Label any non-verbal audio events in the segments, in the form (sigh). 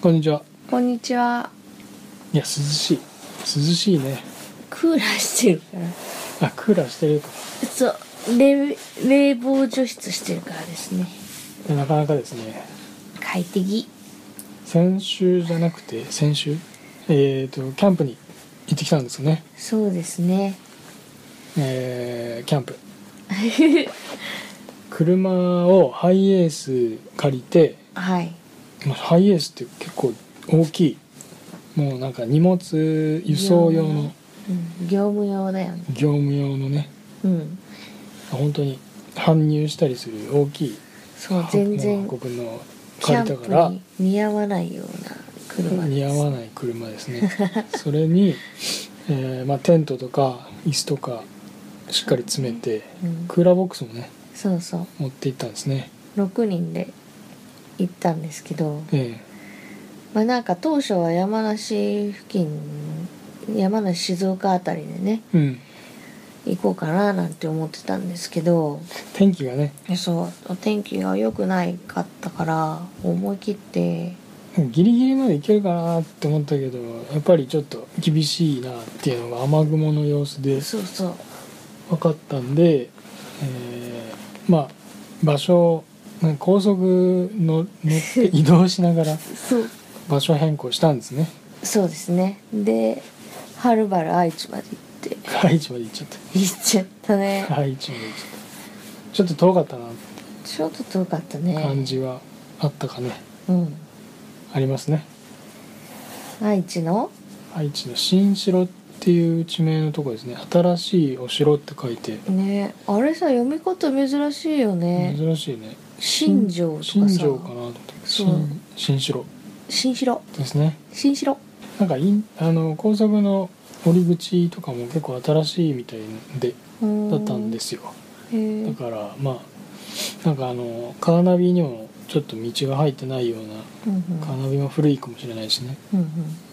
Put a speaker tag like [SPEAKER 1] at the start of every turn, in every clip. [SPEAKER 1] こんにちは
[SPEAKER 2] こんにちは。
[SPEAKER 1] いや涼しい涼しいね
[SPEAKER 2] クーラーしてるから。
[SPEAKER 1] あクーラーしてるか
[SPEAKER 2] そう、冷冷房除湿してるからですね。
[SPEAKER 1] でなかなかですね
[SPEAKER 2] 快適。
[SPEAKER 1] 先週じゃなくて先週えっ、とキャンプに行ってきたんですよね
[SPEAKER 2] そうですね。
[SPEAKER 1] えーキャン
[SPEAKER 2] (laughs)
[SPEAKER 1] プ車をハイエース借りて
[SPEAKER 2] はい。
[SPEAKER 1] まあハイエースって結構大きいもうなんか荷物輸送用の
[SPEAKER 2] うん、業務用だよね。
[SPEAKER 1] 業務用のね
[SPEAKER 2] うん。
[SPEAKER 1] 本当に搬入したりする大きい
[SPEAKER 2] そう、全然
[SPEAKER 1] 箱分の
[SPEAKER 2] キ
[SPEAKER 1] 借
[SPEAKER 2] ャ
[SPEAKER 1] りた
[SPEAKER 2] ンプ
[SPEAKER 1] から
[SPEAKER 2] に似合わないような車
[SPEAKER 1] 似合わない車ですねそれに、えーまあ、テントとか椅子とかしっかり詰めて、
[SPEAKER 2] うん
[SPEAKER 1] クーラーボックスもね
[SPEAKER 2] そうそう。
[SPEAKER 1] 持って行ったんですね
[SPEAKER 2] 6人で行ったんですけど、
[SPEAKER 1] え
[SPEAKER 2] まあなんか当初は山梨付近、山梨静岡あたりでね、
[SPEAKER 1] えうん
[SPEAKER 2] 行こうかななんて思ってたんですけど、
[SPEAKER 1] 天気がね
[SPEAKER 2] そうお天気が良くないかったから思い切って
[SPEAKER 1] ギリギリまで行けるかなって思ったけどやっぱりちょっと厳しいなっていうのが雨雲の様子で
[SPEAKER 2] そうそう
[SPEAKER 1] 分かったんで、えーまあ場所をなんか高速の乗って移動しながら
[SPEAKER 2] そう
[SPEAKER 1] 場所変更したんですね (laughs)
[SPEAKER 2] そうですねではるばる愛知まで行って
[SPEAKER 1] 愛知まで行っちゃった
[SPEAKER 2] 行っちゃったね
[SPEAKER 1] 愛知まで行っちゃったちょっと遠かったなって
[SPEAKER 2] ちょっと遠かったね
[SPEAKER 1] 感じはあったかね、
[SPEAKER 2] うん
[SPEAKER 1] ありますね
[SPEAKER 2] 愛知の
[SPEAKER 1] 愛知の新城っていう地名のとこですね新しいお城って書いて
[SPEAKER 2] ねあれさ読み方珍しいよね
[SPEAKER 1] 珍しいね
[SPEAKER 2] 新城とかさ
[SPEAKER 1] 新城かなと思って
[SPEAKER 2] そう
[SPEAKER 1] 新新城
[SPEAKER 2] 新城
[SPEAKER 1] ですね
[SPEAKER 2] 新城
[SPEAKER 1] なんかインあの高速の折り口とかも結構新しいみたいでだ
[SPEAKER 2] だ
[SPEAKER 1] ったんですよ
[SPEAKER 2] へえ
[SPEAKER 1] だからまあなんかあのカーナビにもちょっと道が入ってないような
[SPEAKER 2] うん
[SPEAKER 1] カーナビも古いかもしれないしね
[SPEAKER 2] う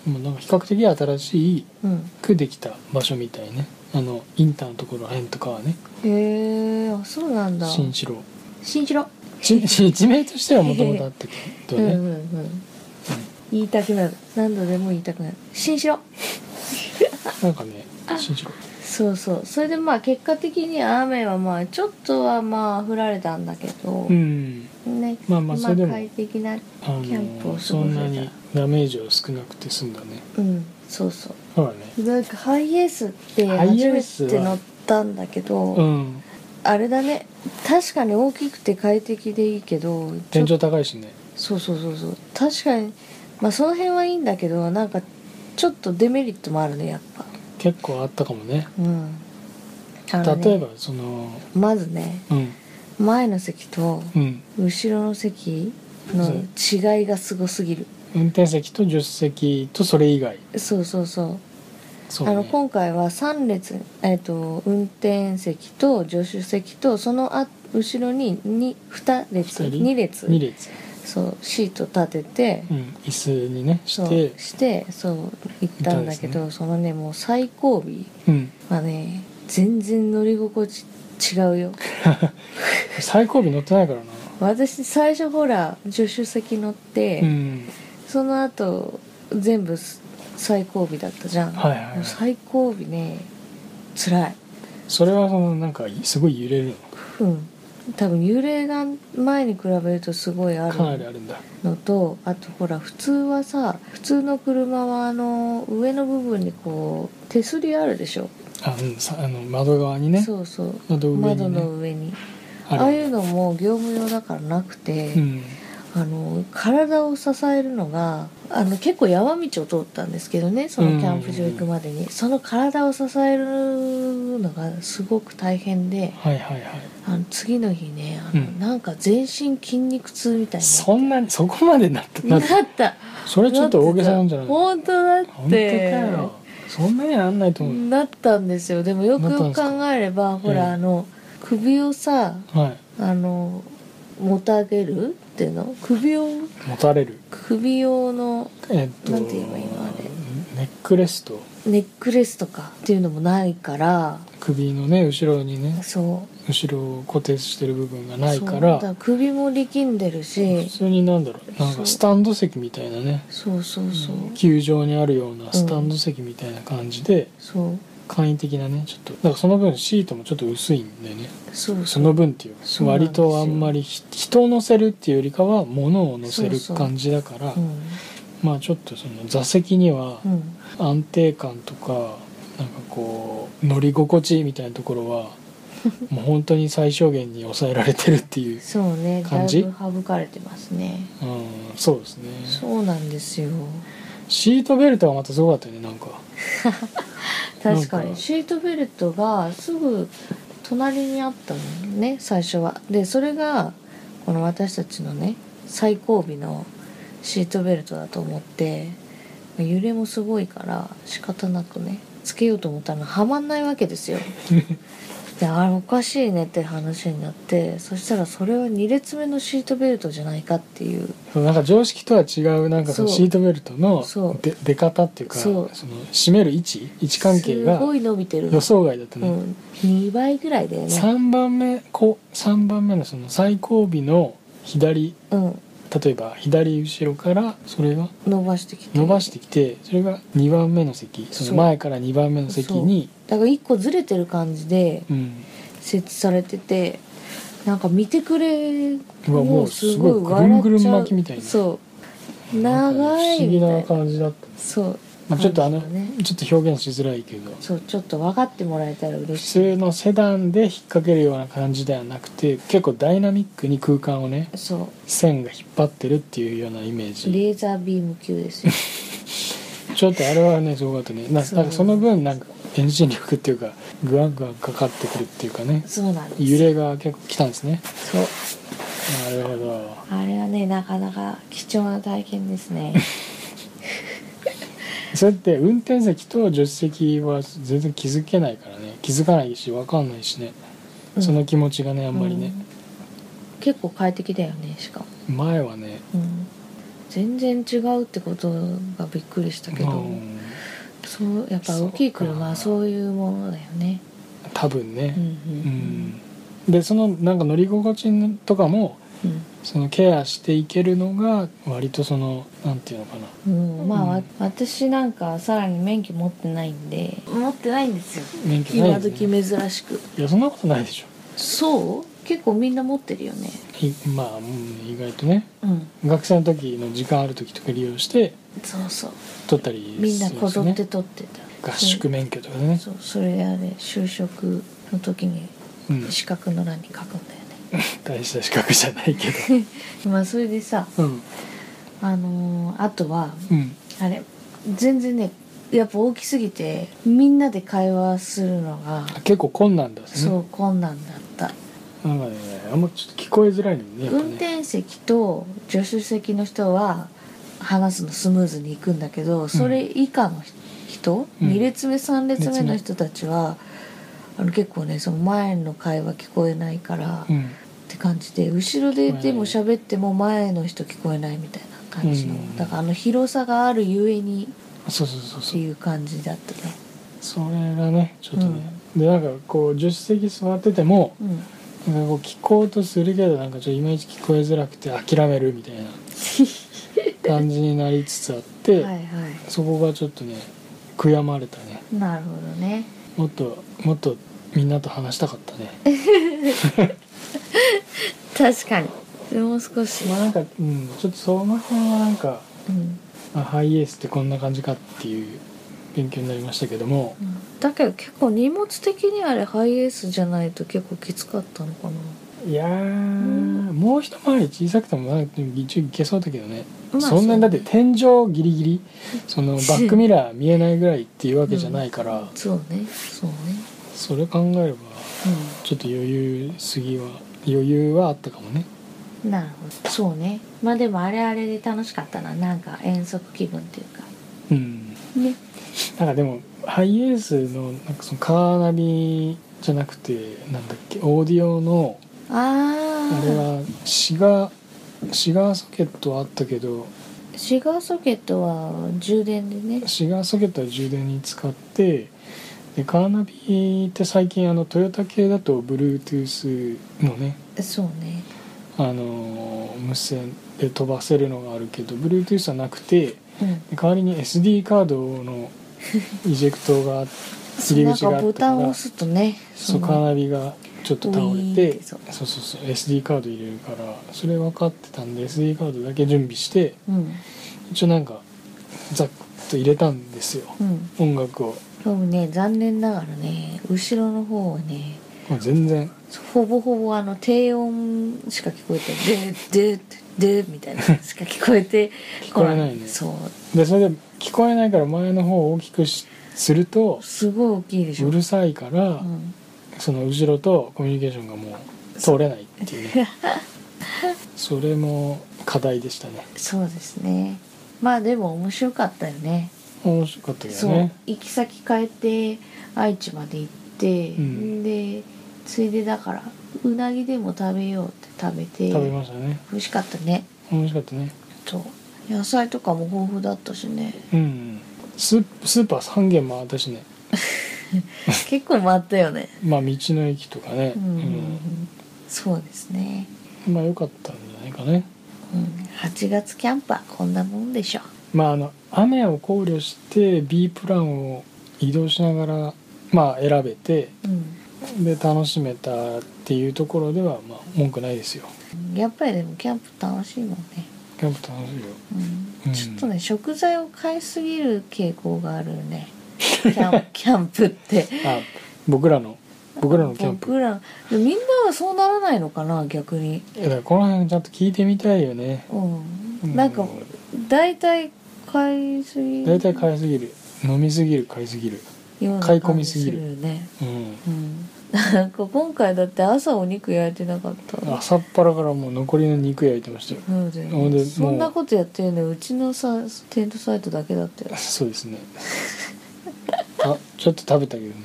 [SPEAKER 2] ん
[SPEAKER 1] もうなんか比較的新しい
[SPEAKER 2] うんうん
[SPEAKER 1] くできた場所みたいねあのインターのところら辺とかはね
[SPEAKER 2] へえあそうなんだ
[SPEAKER 1] 新城
[SPEAKER 2] 新城
[SPEAKER 1] ちち地名として (laughs) はもともとあったけど
[SPEAKER 2] うん
[SPEAKER 1] ね、
[SPEAKER 2] うんうん言いたくなる何度でも言いたくなる新城
[SPEAKER 1] なんかね新城
[SPEAKER 2] そうそうそれでまあ結果的に雨はまあちょっとはまあ降られたんだけど
[SPEAKER 1] う、ん
[SPEAKER 2] ね
[SPEAKER 1] まあまあそれでも
[SPEAKER 2] 快適な
[SPEAKER 1] あの
[SPEAKER 2] キャンプを過ごせた
[SPEAKER 1] そんなにダメージを少なくて済んだね
[SPEAKER 2] うんそうそ
[SPEAKER 1] そうだね
[SPEAKER 2] うなんかハイエースって
[SPEAKER 1] ハ
[SPEAKER 2] 初
[SPEAKER 1] イエー
[SPEAKER 2] め
[SPEAKER 1] スは
[SPEAKER 2] て乗ったんだけど、
[SPEAKER 1] うん
[SPEAKER 2] あれだね確かに大きくて快適でいいけど
[SPEAKER 1] 天
[SPEAKER 2] ちょ
[SPEAKER 1] 井高いしね
[SPEAKER 2] そうそうそうそう確かにまあその辺はいいんだけどなんかちょっとデメリットもあるねやっぱ
[SPEAKER 1] 結構あったかもね
[SPEAKER 2] うんあのね
[SPEAKER 1] 例えばその
[SPEAKER 2] まずね
[SPEAKER 1] うん
[SPEAKER 2] 前の席と
[SPEAKER 1] うん
[SPEAKER 2] 後ろの席の違いがすごすぎる
[SPEAKER 1] 運転席と助手席とそれ以外
[SPEAKER 2] そうそうそう
[SPEAKER 1] そう
[SPEAKER 2] あ
[SPEAKER 1] ね
[SPEAKER 2] の今回は3列、えっと運転席と助手席とそのあ後ろに 2, 2列
[SPEAKER 1] 二人
[SPEAKER 2] 2列
[SPEAKER 1] 2列、
[SPEAKER 2] そうシート立てて、
[SPEAKER 1] うん、椅子にね
[SPEAKER 2] そ
[SPEAKER 1] し
[SPEAKER 2] う
[SPEAKER 1] て
[SPEAKER 2] してそう行ったんだけ
[SPEAKER 1] 行ったん
[SPEAKER 2] ど、そのねもう最後尾
[SPEAKER 1] うん
[SPEAKER 2] はね全然乗り心地違うよ
[SPEAKER 1] (laughs) 最後尾乗ってないからな
[SPEAKER 2] 私最初ほら助手席乗って、
[SPEAKER 1] うん
[SPEAKER 2] その後全部す最後尾だったじゃん、
[SPEAKER 1] はいはいはい
[SPEAKER 2] 最後尾ね辛い
[SPEAKER 1] それはそのなんかすごい揺れる
[SPEAKER 2] うん多分幽霊が前に比べるとすごいあ
[SPEAKER 1] のかなり
[SPEAKER 2] る
[SPEAKER 1] あるんだ
[SPEAKER 2] のとあとほら普通はさ普通の車はあの上の部分にこう手すりあるでしょ、
[SPEAKER 1] あ,、うん、さあの窓側にね
[SPEAKER 2] そうそう
[SPEAKER 1] 窓上
[SPEAKER 2] 窓
[SPEAKER 1] に、
[SPEAKER 2] の
[SPEAKER 1] ね、
[SPEAKER 2] 上に
[SPEAKER 1] ある
[SPEAKER 2] ああいうのも業務用だからなくて、
[SPEAKER 1] うん
[SPEAKER 2] あの体を支えるのがあの結構山道を通ったんですけどねそのキャンプ場行くまでに、その体を支えるのがすごく大変で
[SPEAKER 1] はいはいは
[SPEAKER 2] あの次の日ねあ
[SPEAKER 1] う
[SPEAKER 2] の、
[SPEAKER 1] ん
[SPEAKER 2] なんか全身筋肉痛みたい
[SPEAKER 1] いそんなにそこまでなった
[SPEAKER 2] な
[SPEAKER 1] な
[SPEAKER 2] なった
[SPEAKER 1] それちょっと大げさなんじゃない
[SPEAKER 2] 本当だ
[SPEAKER 1] 本
[SPEAKER 2] っ
[SPEAKER 1] 当か
[SPEAKER 2] て
[SPEAKER 1] よそんなになんないと思う、
[SPEAKER 2] なったんですよでもよくよ
[SPEAKER 1] なったんで
[SPEAKER 2] く
[SPEAKER 1] すか
[SPEAKER 2] 考えればほら、
[SPEAKER 1] うん
[SPEAKER 2] あの首をさ
[SPEAKER 1] は
[SPEAKER 2] あの持たげるっていうの首を
[SPEAKER 1] い持たれる
[SPEAKER 2] 首用の
[SPEAKER 1] えっと
[SPEAKER 2] なんて言えばいいのあれ
[SPEAKER 1] ねネックレスと
[SPEAKER 2] ネックレスとかっていうのもないから
[SPEAKER 1] 首のね後ろにね
[SPEAKER 2] そう
[SPEAKER 1] 後ろを固定してる部分がないか
[SPEAKER 2] そうだから
[SPEAKER 1] ら
[SPEAKER 2] 首も力んでる
[SPEAKER 1] 普
[SPEAKER 2] し
[SPEAKER 1] 通になんだろうなん
[SPEAKER 2] そ
[SPEAKER 1] か
[SPEAKER 2] う
[SPEAKER 1] スタンド席みたいなね
[SPEAKER 2] そうそうそう、
[SPEAKER 1] 球場にあるようなスタンド席みたいな感じで
[SPEAKER 2] そう
[SPEAKER 1] 簡易的なねちょっとだからその分シートもちょっと薄いんでね
[SPEAKER 2] そう
[SPEAKER 1] そ
[SPEAKER 2] そう
[SPEAKER 1] の分っていうか
[SPEAKER 2] そうなんで
[SPEAKER 1] 割
[SPEAKER 2] すよ
[SPEAKER 1] とあんまりひ人を乗せるっていうよりかは物を乗せる
[SPEAKER 2] そうそう
[SPEAKER 1] 感じだから
[SPEAKER 2] うん
[SPEAKER 1] まあちょっとその座席には
[SPEAKER 2] うん
[SPEAKER 1] 安定感とかなんかこう乗り心地みたいなところ
[SPEAKER 2] (laughs)
[SPEAKER 1] はもう本当に最小限に抑えられてるっていう、
[SPEAKER 2] そうねだ
[SPEAKER 1] 感
[SPEAKER 2] いぶ
[SPEAKER 1] じ
[SPEAKER 2] 省かれてますね
[SPEAKER 1] うん、そうですね
[SPEAKER 2] そうなんですよ
[SPEAKER 1] シートベルトはまたすごかったよねなんか
[SPEAKER 2] 確か
[SPEAKER 1] なん
[SPEAKER 2] に
[SPEAKER 1] か
[SPEAKER 2] シートベルトがすぐ隣にあったのね最初はでそれがこの私たちのね最後尾のシートベルトだと思って揺れもすごいから仕方なくねつけようと思ったらはまんないわ
[SPEAKER 1] (laughs)
[SPEAKER 2] けですよであれおかしいねって話になってそしたらそれは2列目のシートベルトじゃないかっていう
[SPEAKER 1] そうなんか常識とは違うなんかその
[SPEAKER 2] そう
[SPEAKER 1] シートベルトの
[SPEAKER 2] そう
[SPEAKER 1] で出方っていうか
[SPEAKER 2] そう
[SPEAKER 1] その締める位置位置関係が
[SPEAKER 2] すごい伸びてる
[SPEAKER 1] 予想外だった
[SPEAKER 2] う
[SPEAKER 1] ね、
[SPEAKER 2] ん、2倍ぐらいだよね、
[SPEAKER 1] 3番目こ3番目のその最後尾の左
[SPEAKER 2] うん、
[SPEAKER 1] 例えば左後ろからそれが
[SPEAKER 2] 伸ばしてきて
[SPEAKER 1] 伸ばしてきてそれが2番目の席その
[SPEAKER 2] そう
[SPEAKER 1] 前から2番目の席に
[SPEAKER 2] だから1個ずれてる感じで
[SPEAKER 1] うん
[SPEAKER 2] 設置されててなんか見てくれ
[SPEAKER 1] うわもうすごいぐるんぐるん巻きみたいな
[SPEAKER 2] そう
[SPEAKER 1] なんか
[SPEAKER 2] 長
[SPEAKER 1] ね不思
[SPEAKER 2] いみ
[SPEAKER 1] 議
[SPEAKER 2] たい
[SPEAKER 1] な
[SPEAKER 2] な
[SPEAKER 1] 感じだった
[SPEAKER 2] そう、
[SPEAKER 1] まあちょっとあの
[SPEAKER 2] 感じだね
[SPEAKER 1] ちょっと表現しづらいけど
[SPEAKER 2] そうちょっと分かってもらえたら嬉
[SPEAKER 1] 普
[SPEAKER 2] しい
[SPEAKER 1] 通のセダンで引っ掛けるような感じではなくて結構ダイナミックに空間をね
[SPEAKER 2] そ
[SPEAKER 1] 線が引っ張ってるっていうようなイメー
[SPEAKER 2] う
[SPEAKER 1] ジ
[SPEAKER 2] レーザービーム級です
[SPEAKER 1] (laughs)
[SPEAKER 2] よ
[SPEAKER 1] ちょっとあれはねすごかったねな
[SPEAKER 2] そう
[SPEAKER 1] なんかその分なんか遠心力っていうかグワングワンかかってくるっていうかね
[SPEAKER 2] そうなんです
[SPEAKER 1] 揺れが結構来たんですね
[SPEAKER 2] そう
[SPEAKER 1] なるほど
[SPEAKER 2] あれはねなかなか貴重な体験ですね
[SPEAKER 1] それって運転席と助手席は全然気づけないからね気づかないし分かんないしね
[SPEAKER 2] うん
[SPEAKER 1] その気持ちがねあんまりね、
[SPEAKER 2] 結構快適だよねしかも
[SPEAKER 1] 前はね
[SPEAKER 2] うん全然違うってことがびっくりしたけど、
[SPEAKER 1] うん
[SPEAKER 2] そうやっぱ大きい車は
[SPEAKER 1] そ
[SPEAKER 2] そういうものだよね
[SPEAKER 1] 多分ね
[SPEAKER 2] うんう
[SPEAKER 1] うん、
[SPEAKER 2] ん
[SPEAKER 1] でそのなんか乗り心地とかも
[SPEAKER 2] うん
[SPEAKER 1] そのケアしていけるのが割とそのなんていうのかな
[SPEAKER 2] うんまあ
[SPEAKER 1] う
[SPEAKER 2] わ
[SPEAKER 1] ん
[SPEAKER 2] 私なんかさらに免許持ってないんで持ってないんですよ
[SPEAKER 1] 免許ない
[SPEAKER 2] 今
[SPEAKER 1] よ、
[SPEAKER 2] 時
[SPEAKER 1] ね、
[SPEAKER 2] 珍しく
[SPEAKER 1] いやそんなことないでしょ
[SPEAKER 2] そう結構みんな持ってるよね
[SPEAKER 1] いまあ、うん意外とね
[SPEAKER 2] うん
[SPEAKER 1] 学生の時の時間ある時とか利用して
[SPEAKER 2] そうそう
[SPEAKER 1] 取ったり
[SPEAKER 2] みんなこぞっ
[SPEAKER 1] する
[SPEAKER 2] て
[SPEAKER 1] んで
[SPEAKER 2] 取ってた、
[SPEAKER 1] すよね合宿免許とかでね
[SPEAKER 2] そうそれであれ就職の時に
[SPEAKER 1] うん
[SPEAKER 2] 資格の欄に書くんだよね、
[SPEAKER 1] 大した資格じゃないけど
[SPEAKER 2] まあそれでさ
[SPEAKER 1] うん
[SPEAKER 2] あのーあとは
[SPEAKER 1] うん
[SPEAKER 2] あれ全然ねやっぱ大きすぎてみんなで会話するのが
[SPEAKER 1] 結構困難だね
[SPEAKER 2] そう困難だった
[SPEAKER 1] なんかねあんまちょっと聞こえづらいのねやっぱね
[SPEAKER 2] 運転席と助手席の人は話すのスムーズにいくんだけどそれ以下の人、
[SPEAKER 1] うん
[SPEAKER 2] 2列目3列目の人たちはあの結構ねその前の会話聞こえないから、
[SPEAKER 1] う
[SPEAKER 2] っ
[SPEAKER 1] ん
[SPEAKER 2] て感じで後ろで
[SPEAKER 1] はい
[SPEAKER 2] でも喋っても前の人聞こえないみたいな感じの、
[SPEAKER 1] うん
[SPEAKER 2] だからあの広さがあるゆえに
[SPEAKER 1] そうそうそう
[SPEAKER 2] って
[SPEAKER 1] そう
[SPEAKER 2] いう感じだったね。
[SPEAKER 1] それがねちょっとね、でなんかこう助手席座ってても
[SPEAKER 2] うん
[SPEAKER 1] なんかこう聞こうとするけどなんかちょっといまいち聞こえづらくて諦めるみたいな感じになりつつあって、
[SPEAKER 2] はいは
[SPEAKER 1] そこがちょっとね悔やまれたね
[SPEAKER 2] いなるほどね
[SPEAKER 1] もっともっとみんなと話したかったね
[SPEAKER 2] 確かにもう少し
[SPEAKER 1] まあなんか、うん、ちょっとその辺はなんか
[SPEAKER 2] うん、
[SPEAKER 1] あハイエースってこんな感じかっていう勉強になりましたけども
[SPEAKER 2] うんだけど結構荷物的にあれハイエースじゃないと結構きつかったのかない
[SPEAKER 1] やー、
[SPEAKER 2] ん
[SPEAKER 1] もう一回り小さくてもなんか一応いけそうだけどね、
[SPEAKER 2] まあ
[SPEAKER 1] そんなにだって
[SPEAKER 2] そうね
[SPEAKER 1] 天井ギリギリそのバックミラー見えないぐらいっていうわけじゃないから、
[SPEAKER 2] そうねそうね
[SPEAKER 1] それ考えればちょっと余裕すぎは余裕はあったかもね
[SPEAKER 2] うんなるほどそうねまあでもあれあれで楽しかったななんか遠足気分っていうか
[SPEAKER 1] うん
[SPEAKER 2] ね
[SPEAKER 1] なんかでもハイエースのなんかそのカーナビじゃなくてなんだっけオーディオの
[SPEAKER 2] あ
[SPEAKER 1] あれ
[SPEAKER 2] あ
[SPEAKER 1] はシガーシガーソケットはあったけど
[SPEAKER 2] シガーソケットは充電でね
[SPEAKER 1] シガーソケットは充電に使ってでカーナビって最近あのトヨタ系だと Bluetooth のね
[SPEAKER 2] そうね
[SPEAKER 1] あのー無線で飛ばせるのがあるけど Bluetooth はなくて
[SPEAKER 2] うん
[SPEAKER 1] 代わりに SD カードのイジェクトが入り口が
[SPEAKER 2] な
[SPEAKER 1] あっ
[SPEAKER 2] んかボ
[SPEAKER 1] た
[SPEAKER 2] タ
[SPEAKER 1] か
[SPEAKER 2] ンを
[SPEAKER 1] ら
[SPEAKER 2] 押
[SPEAKER 1] そ
[SPEAKER 2] すとね
[SPEAKER 1] う
[SPEAKER 2] の
[SPEAKER 1] カーナビがちょっと倒
[SPEAKER 2] ウィ
[SPEAKER 1] れ
[SPEAKER 2] ーンってて
[SPEAKER 1] そ
[SPEAKER 2] そ
[SPEAKER 1] ううそうそう SD カード入れるからそれ分かってたんで SD カードだけ準備して
[SPEAKER 2] うん
[SPEAKER 1] 一応なんかざっと入れたんですよ
[SPEAKER 2] うん
[SPEAKER 1] 音楽を、
[SPEAKER 2] でもね残念ながらね後ろの方はね
[SPEAKER 1] まあ、全然
[SPEAKER 2] ほぼほぼあの低音しか聞こえて「ででで
[SPEAKER 1] (laughs)
[SPEAKER 2] みたいなのしか聞こえて
[SPEAKER 1] 聞こえないね
[SPEAKER 2] そう
[SPEAKER 1] でそれで聞こえないから前の方を大きくしすると
[SPEAKER 2] すごい大きいでしょ
[SPEAKER 1] うるさいから、
[SPEAKER 2] うん
[SPEAKER 1] その後ろとコミュニケーションがもう通れないっていう
[SPEAKER 2] (laughs)
[SPEAKER 1] ねそれも課題でしたね
[SPEAKER 2] そうですねまあでも面白かったよね
[SPEAKER 1] 面白かったけど
[SPEAKER 2] そう
[SPEAKER 1] ね
[SPEAKER 2] 行き先変えて愛知まで行って、
[SPEAKER 1] うん
[SPEAKER 2] でついでだからうなぎでも食べようって食べて
[SPEAKER 1] 食べましたね
[SPEAKER 2] 美味しかったね
[SPEAKER 1] 面白かったね
[SPEAKER 2] そう野菜とかも豊富だったしね
[SPEAKER 1] うんスースーパー3軒回ったしね
[SPEAKER 2] 結構回ったよね
[SPEAKER 1] まあ道の駅とかね、
[SPEAKER 2] うん、そうですね、
[SPEAKER 1] うんまあ良かったんじゃないかね
[SPEAKER 2] うん、8月キャンプはこんなもんでしょ
[SPEAKER 1] まああの雨を考慮して B プランを移動しながらまあ選べて
[SPEAKER 2] うん
[SPEAKER 1] で楽しめたっていうところではまあ文句ないですよ
[SPEAKER 2] やっぱりでもキャンプ楽しいもんね、
[SPEAKER 1] キャンプ楽しいよ
[SPEAKER 2] うん
[SPEAKER 1] うん
[SPEAKER 2] ちょっとね食材を買いすぎる傾向があるねキャ
[SPEAKER 1] (laughs)
[SPEAKER 2] ンキャンプって
[SPEAKER 1] あ僕らの僕らのキャンプ
[SPEAKER 2] 僕らみんなはそうならないのかな逆に
[SPEAKER 1] いやだからこの辺ちゃんと聞いてみたいよね
[SPEAKER 2] うん、
[SPEAKER 1] う
[SPEAKER 2] なんか大体買いすぎ
[SPEAKER 1] 大体買いすぎる飲みすぎる買いすぎる
[SPEAKER 2] ような
[SPEAKER 1] 買い込みすぎる
[SPEAKER 2] 感じよね
[SPEAKER 1] うん
[SPEAKER 2] うんなん (laughs) か今回だって朝お肉焼いてなかった
[SPEAKER 1] 朝っぱらからもう残りの肉焼いてましたよ
[SPEAKER 2] なので
[SPEAKER 1] ほんでもう
[SPEAKER 2] そんなことやってるのうちのさテントサイトだけだったよ
[SPEAKER 1] そうです
[SPEAKER 2] (laughs)
[SPEAKER 1] ねあちょっと食べたけどね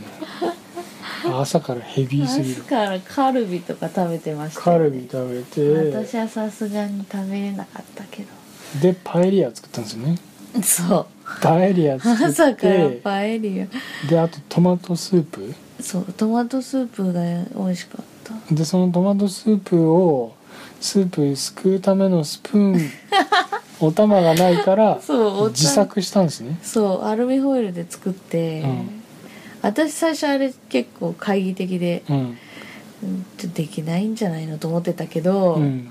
[SPEAKER 1] 朝からヘビーすぎ
[SPEAKER 2] 朝
[SPEAKER 1] る
[SPEAKER 2] からカルビとか食べてました
[SPEAKER 1] カ
[SPEAKER 2] よ
[SPEAKER 1] ル
[SPEAKER 2] ね、
[SPEAKER 1] ビ食べ
[SPEAKER 2] 私
[SPEAKER 1] て
[SPEAKER 2] はさすがに食べれなかったけ
[SPEAKER 1] でパエリア作ったんですよね
[SPEAKER 2] どそう
[SPEAKER 1] パエリア作
[SPEAKER 2] 朝
[SPEAKER 1] っ
[SPEAKER 2] から
[SPEAKER 1] て
[SPEAKER 2] パエリア
[SPEAKER 1] であとトマトスープ
[SPEAKER 2] そうトマトスープが美味しかった
[SPEAKER 1] でそのトマトスープをスープすくうためのスプー
[SPEAKER 2] (laughs)
[SPEAKER 1] ンお玉がないから
[SPEAKER 2] そうお玉
[SPEAKER 1] 自作したんですね
[SPEAKER 2] そうアルミホイルで作って、
[SPEAKER 1] うん
[SPEAKER 2] 私最初あれ結構懐疑的で、
[SPEAKER 1] うん、
[SPEAKER 2] うんちょっとできないんじゃないのと思ってたけど
[SPEAKER 1] う、ん、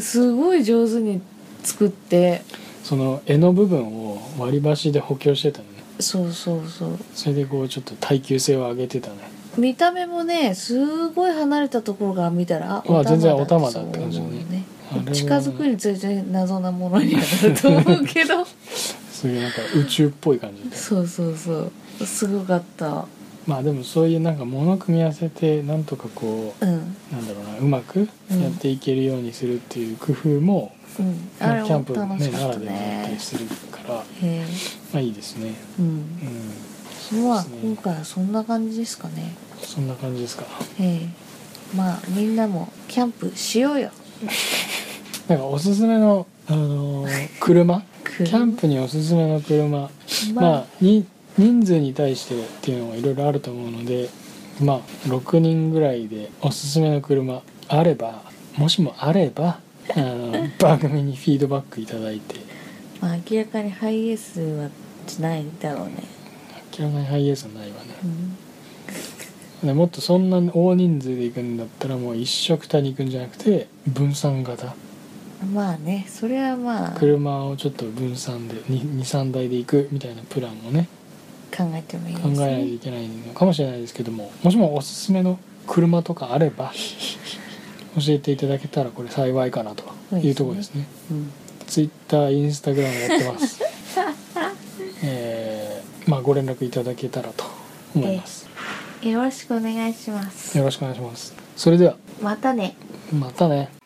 [SPEAKER 2] すごい上手に作って
[SPEAKER 1] その柄の部分を割り箸で補強してたのね
[SPEAKER 2] そうそうそう
[SPEAKER 1] それでこうちょっと耐久性を上げてたね
[SPEAKER 2] 見た目もねすごい離れたところから見たらあ
[SPEAKER 1] まあ全然お玉
[SPEAKER 2] そ
[SPEAKER 1] だ
[SPEAKER 2] う
[SPEAKER 1] って感じだね
[SPEAKER 2] 思うよ
[SPEAKER 1] あれは
[SPEAKER 2] 近づくにつれて謎なものにはなると思うけど (laughs)
[SPEAKER 1] そういうなんか宇宙っぽい感じで
[SPEAKER 2] そうそうそうすごかった
[SPEAKER 1] まあでもそういうなんか物を組み合わせてなんとかこう
[SPEAKER 2] うん
[SPEAKER 1] なんだろうなうまくやっていけるようにするっていう工夫も、
[SPEAKER 2] うんあ
[SPEAKER 1] ま
[SPEAKER 2] れ
[SPEAKER 1] あ
[SPEAKER 2] も
[SPEAKER 1] キャンプ、
[SPEAKER 2] 楽
[SPEAKER 1] ね、
[SPEAKER 2] しか
[SPEAKER 1] な
[SPEAKER 2] っ
[SPEAKER 1] ら
[SPEAKER 2] た
[SPEAKER 1] ではだったり
[SPEAKER 2] ね
[SPEAKER 1] するからま
[SPEAKER 2] へえ
[SPEAKER 1] あいいですね
[SPEAKER 2] うん
[SPEAKER 1] うん
[SPEAKER 2] まあ
[SPEAKER 1] そうですね
[SPEAKER 2] 今回はそんな感じですかね
[SPEAKER 1] そんな感じですか
[SPEAKER 2] ええまあみんなもキャンプしようよ
[SPEAKER 1] なんかおすすめの、あの (laughs) ー車キ
[SPEAKER 2] キ
[SPEAKER 1] ャンプにおすすめの車まあ、に人数に対してっていうのがいろいろあると思うのでまあ6人ぐらいでおすすめの車あればもしもあればあ (laughs) の番組にフィードバックいただいて
[SPEAKER 2] まあ明らかにハイエースはしないだろうね、
[SPEAKER 1] 明らかにハイエースはないわね
[SPEAKER 2] うん、
[SPEAKER 1] でもっとそんな大人数で行くんだったらもう一色たに行くんじゃなくて分散型
[SPEAKER 2] まあねそれはまあ考
[SPEAKER 1] 車をちょっと分散で23台で行くみたいなプランもね
[SPEAKER 2] えてもいいです
[SPEAKER 1] 考え
[SPEAKER 2] ね
[SPEAKER 1] ないといけないのかもしれないですけどももしもおすすめの車とかあれば教えていただけたらこれ幸いかなというところですね
[SPEAKER 2] うん、
[SPEAKER 1] ツイッターインスタグラムやってます (laughs) えー、まあご連絡いただけたらと思います、
[SPEAKER 2] よろしくお願いします
[SPEAKER 1] よろしくお願いしますそれでは
[SPEAKER 2] またね
[SPEAKER 1] またね
[SPEAKER 3] 「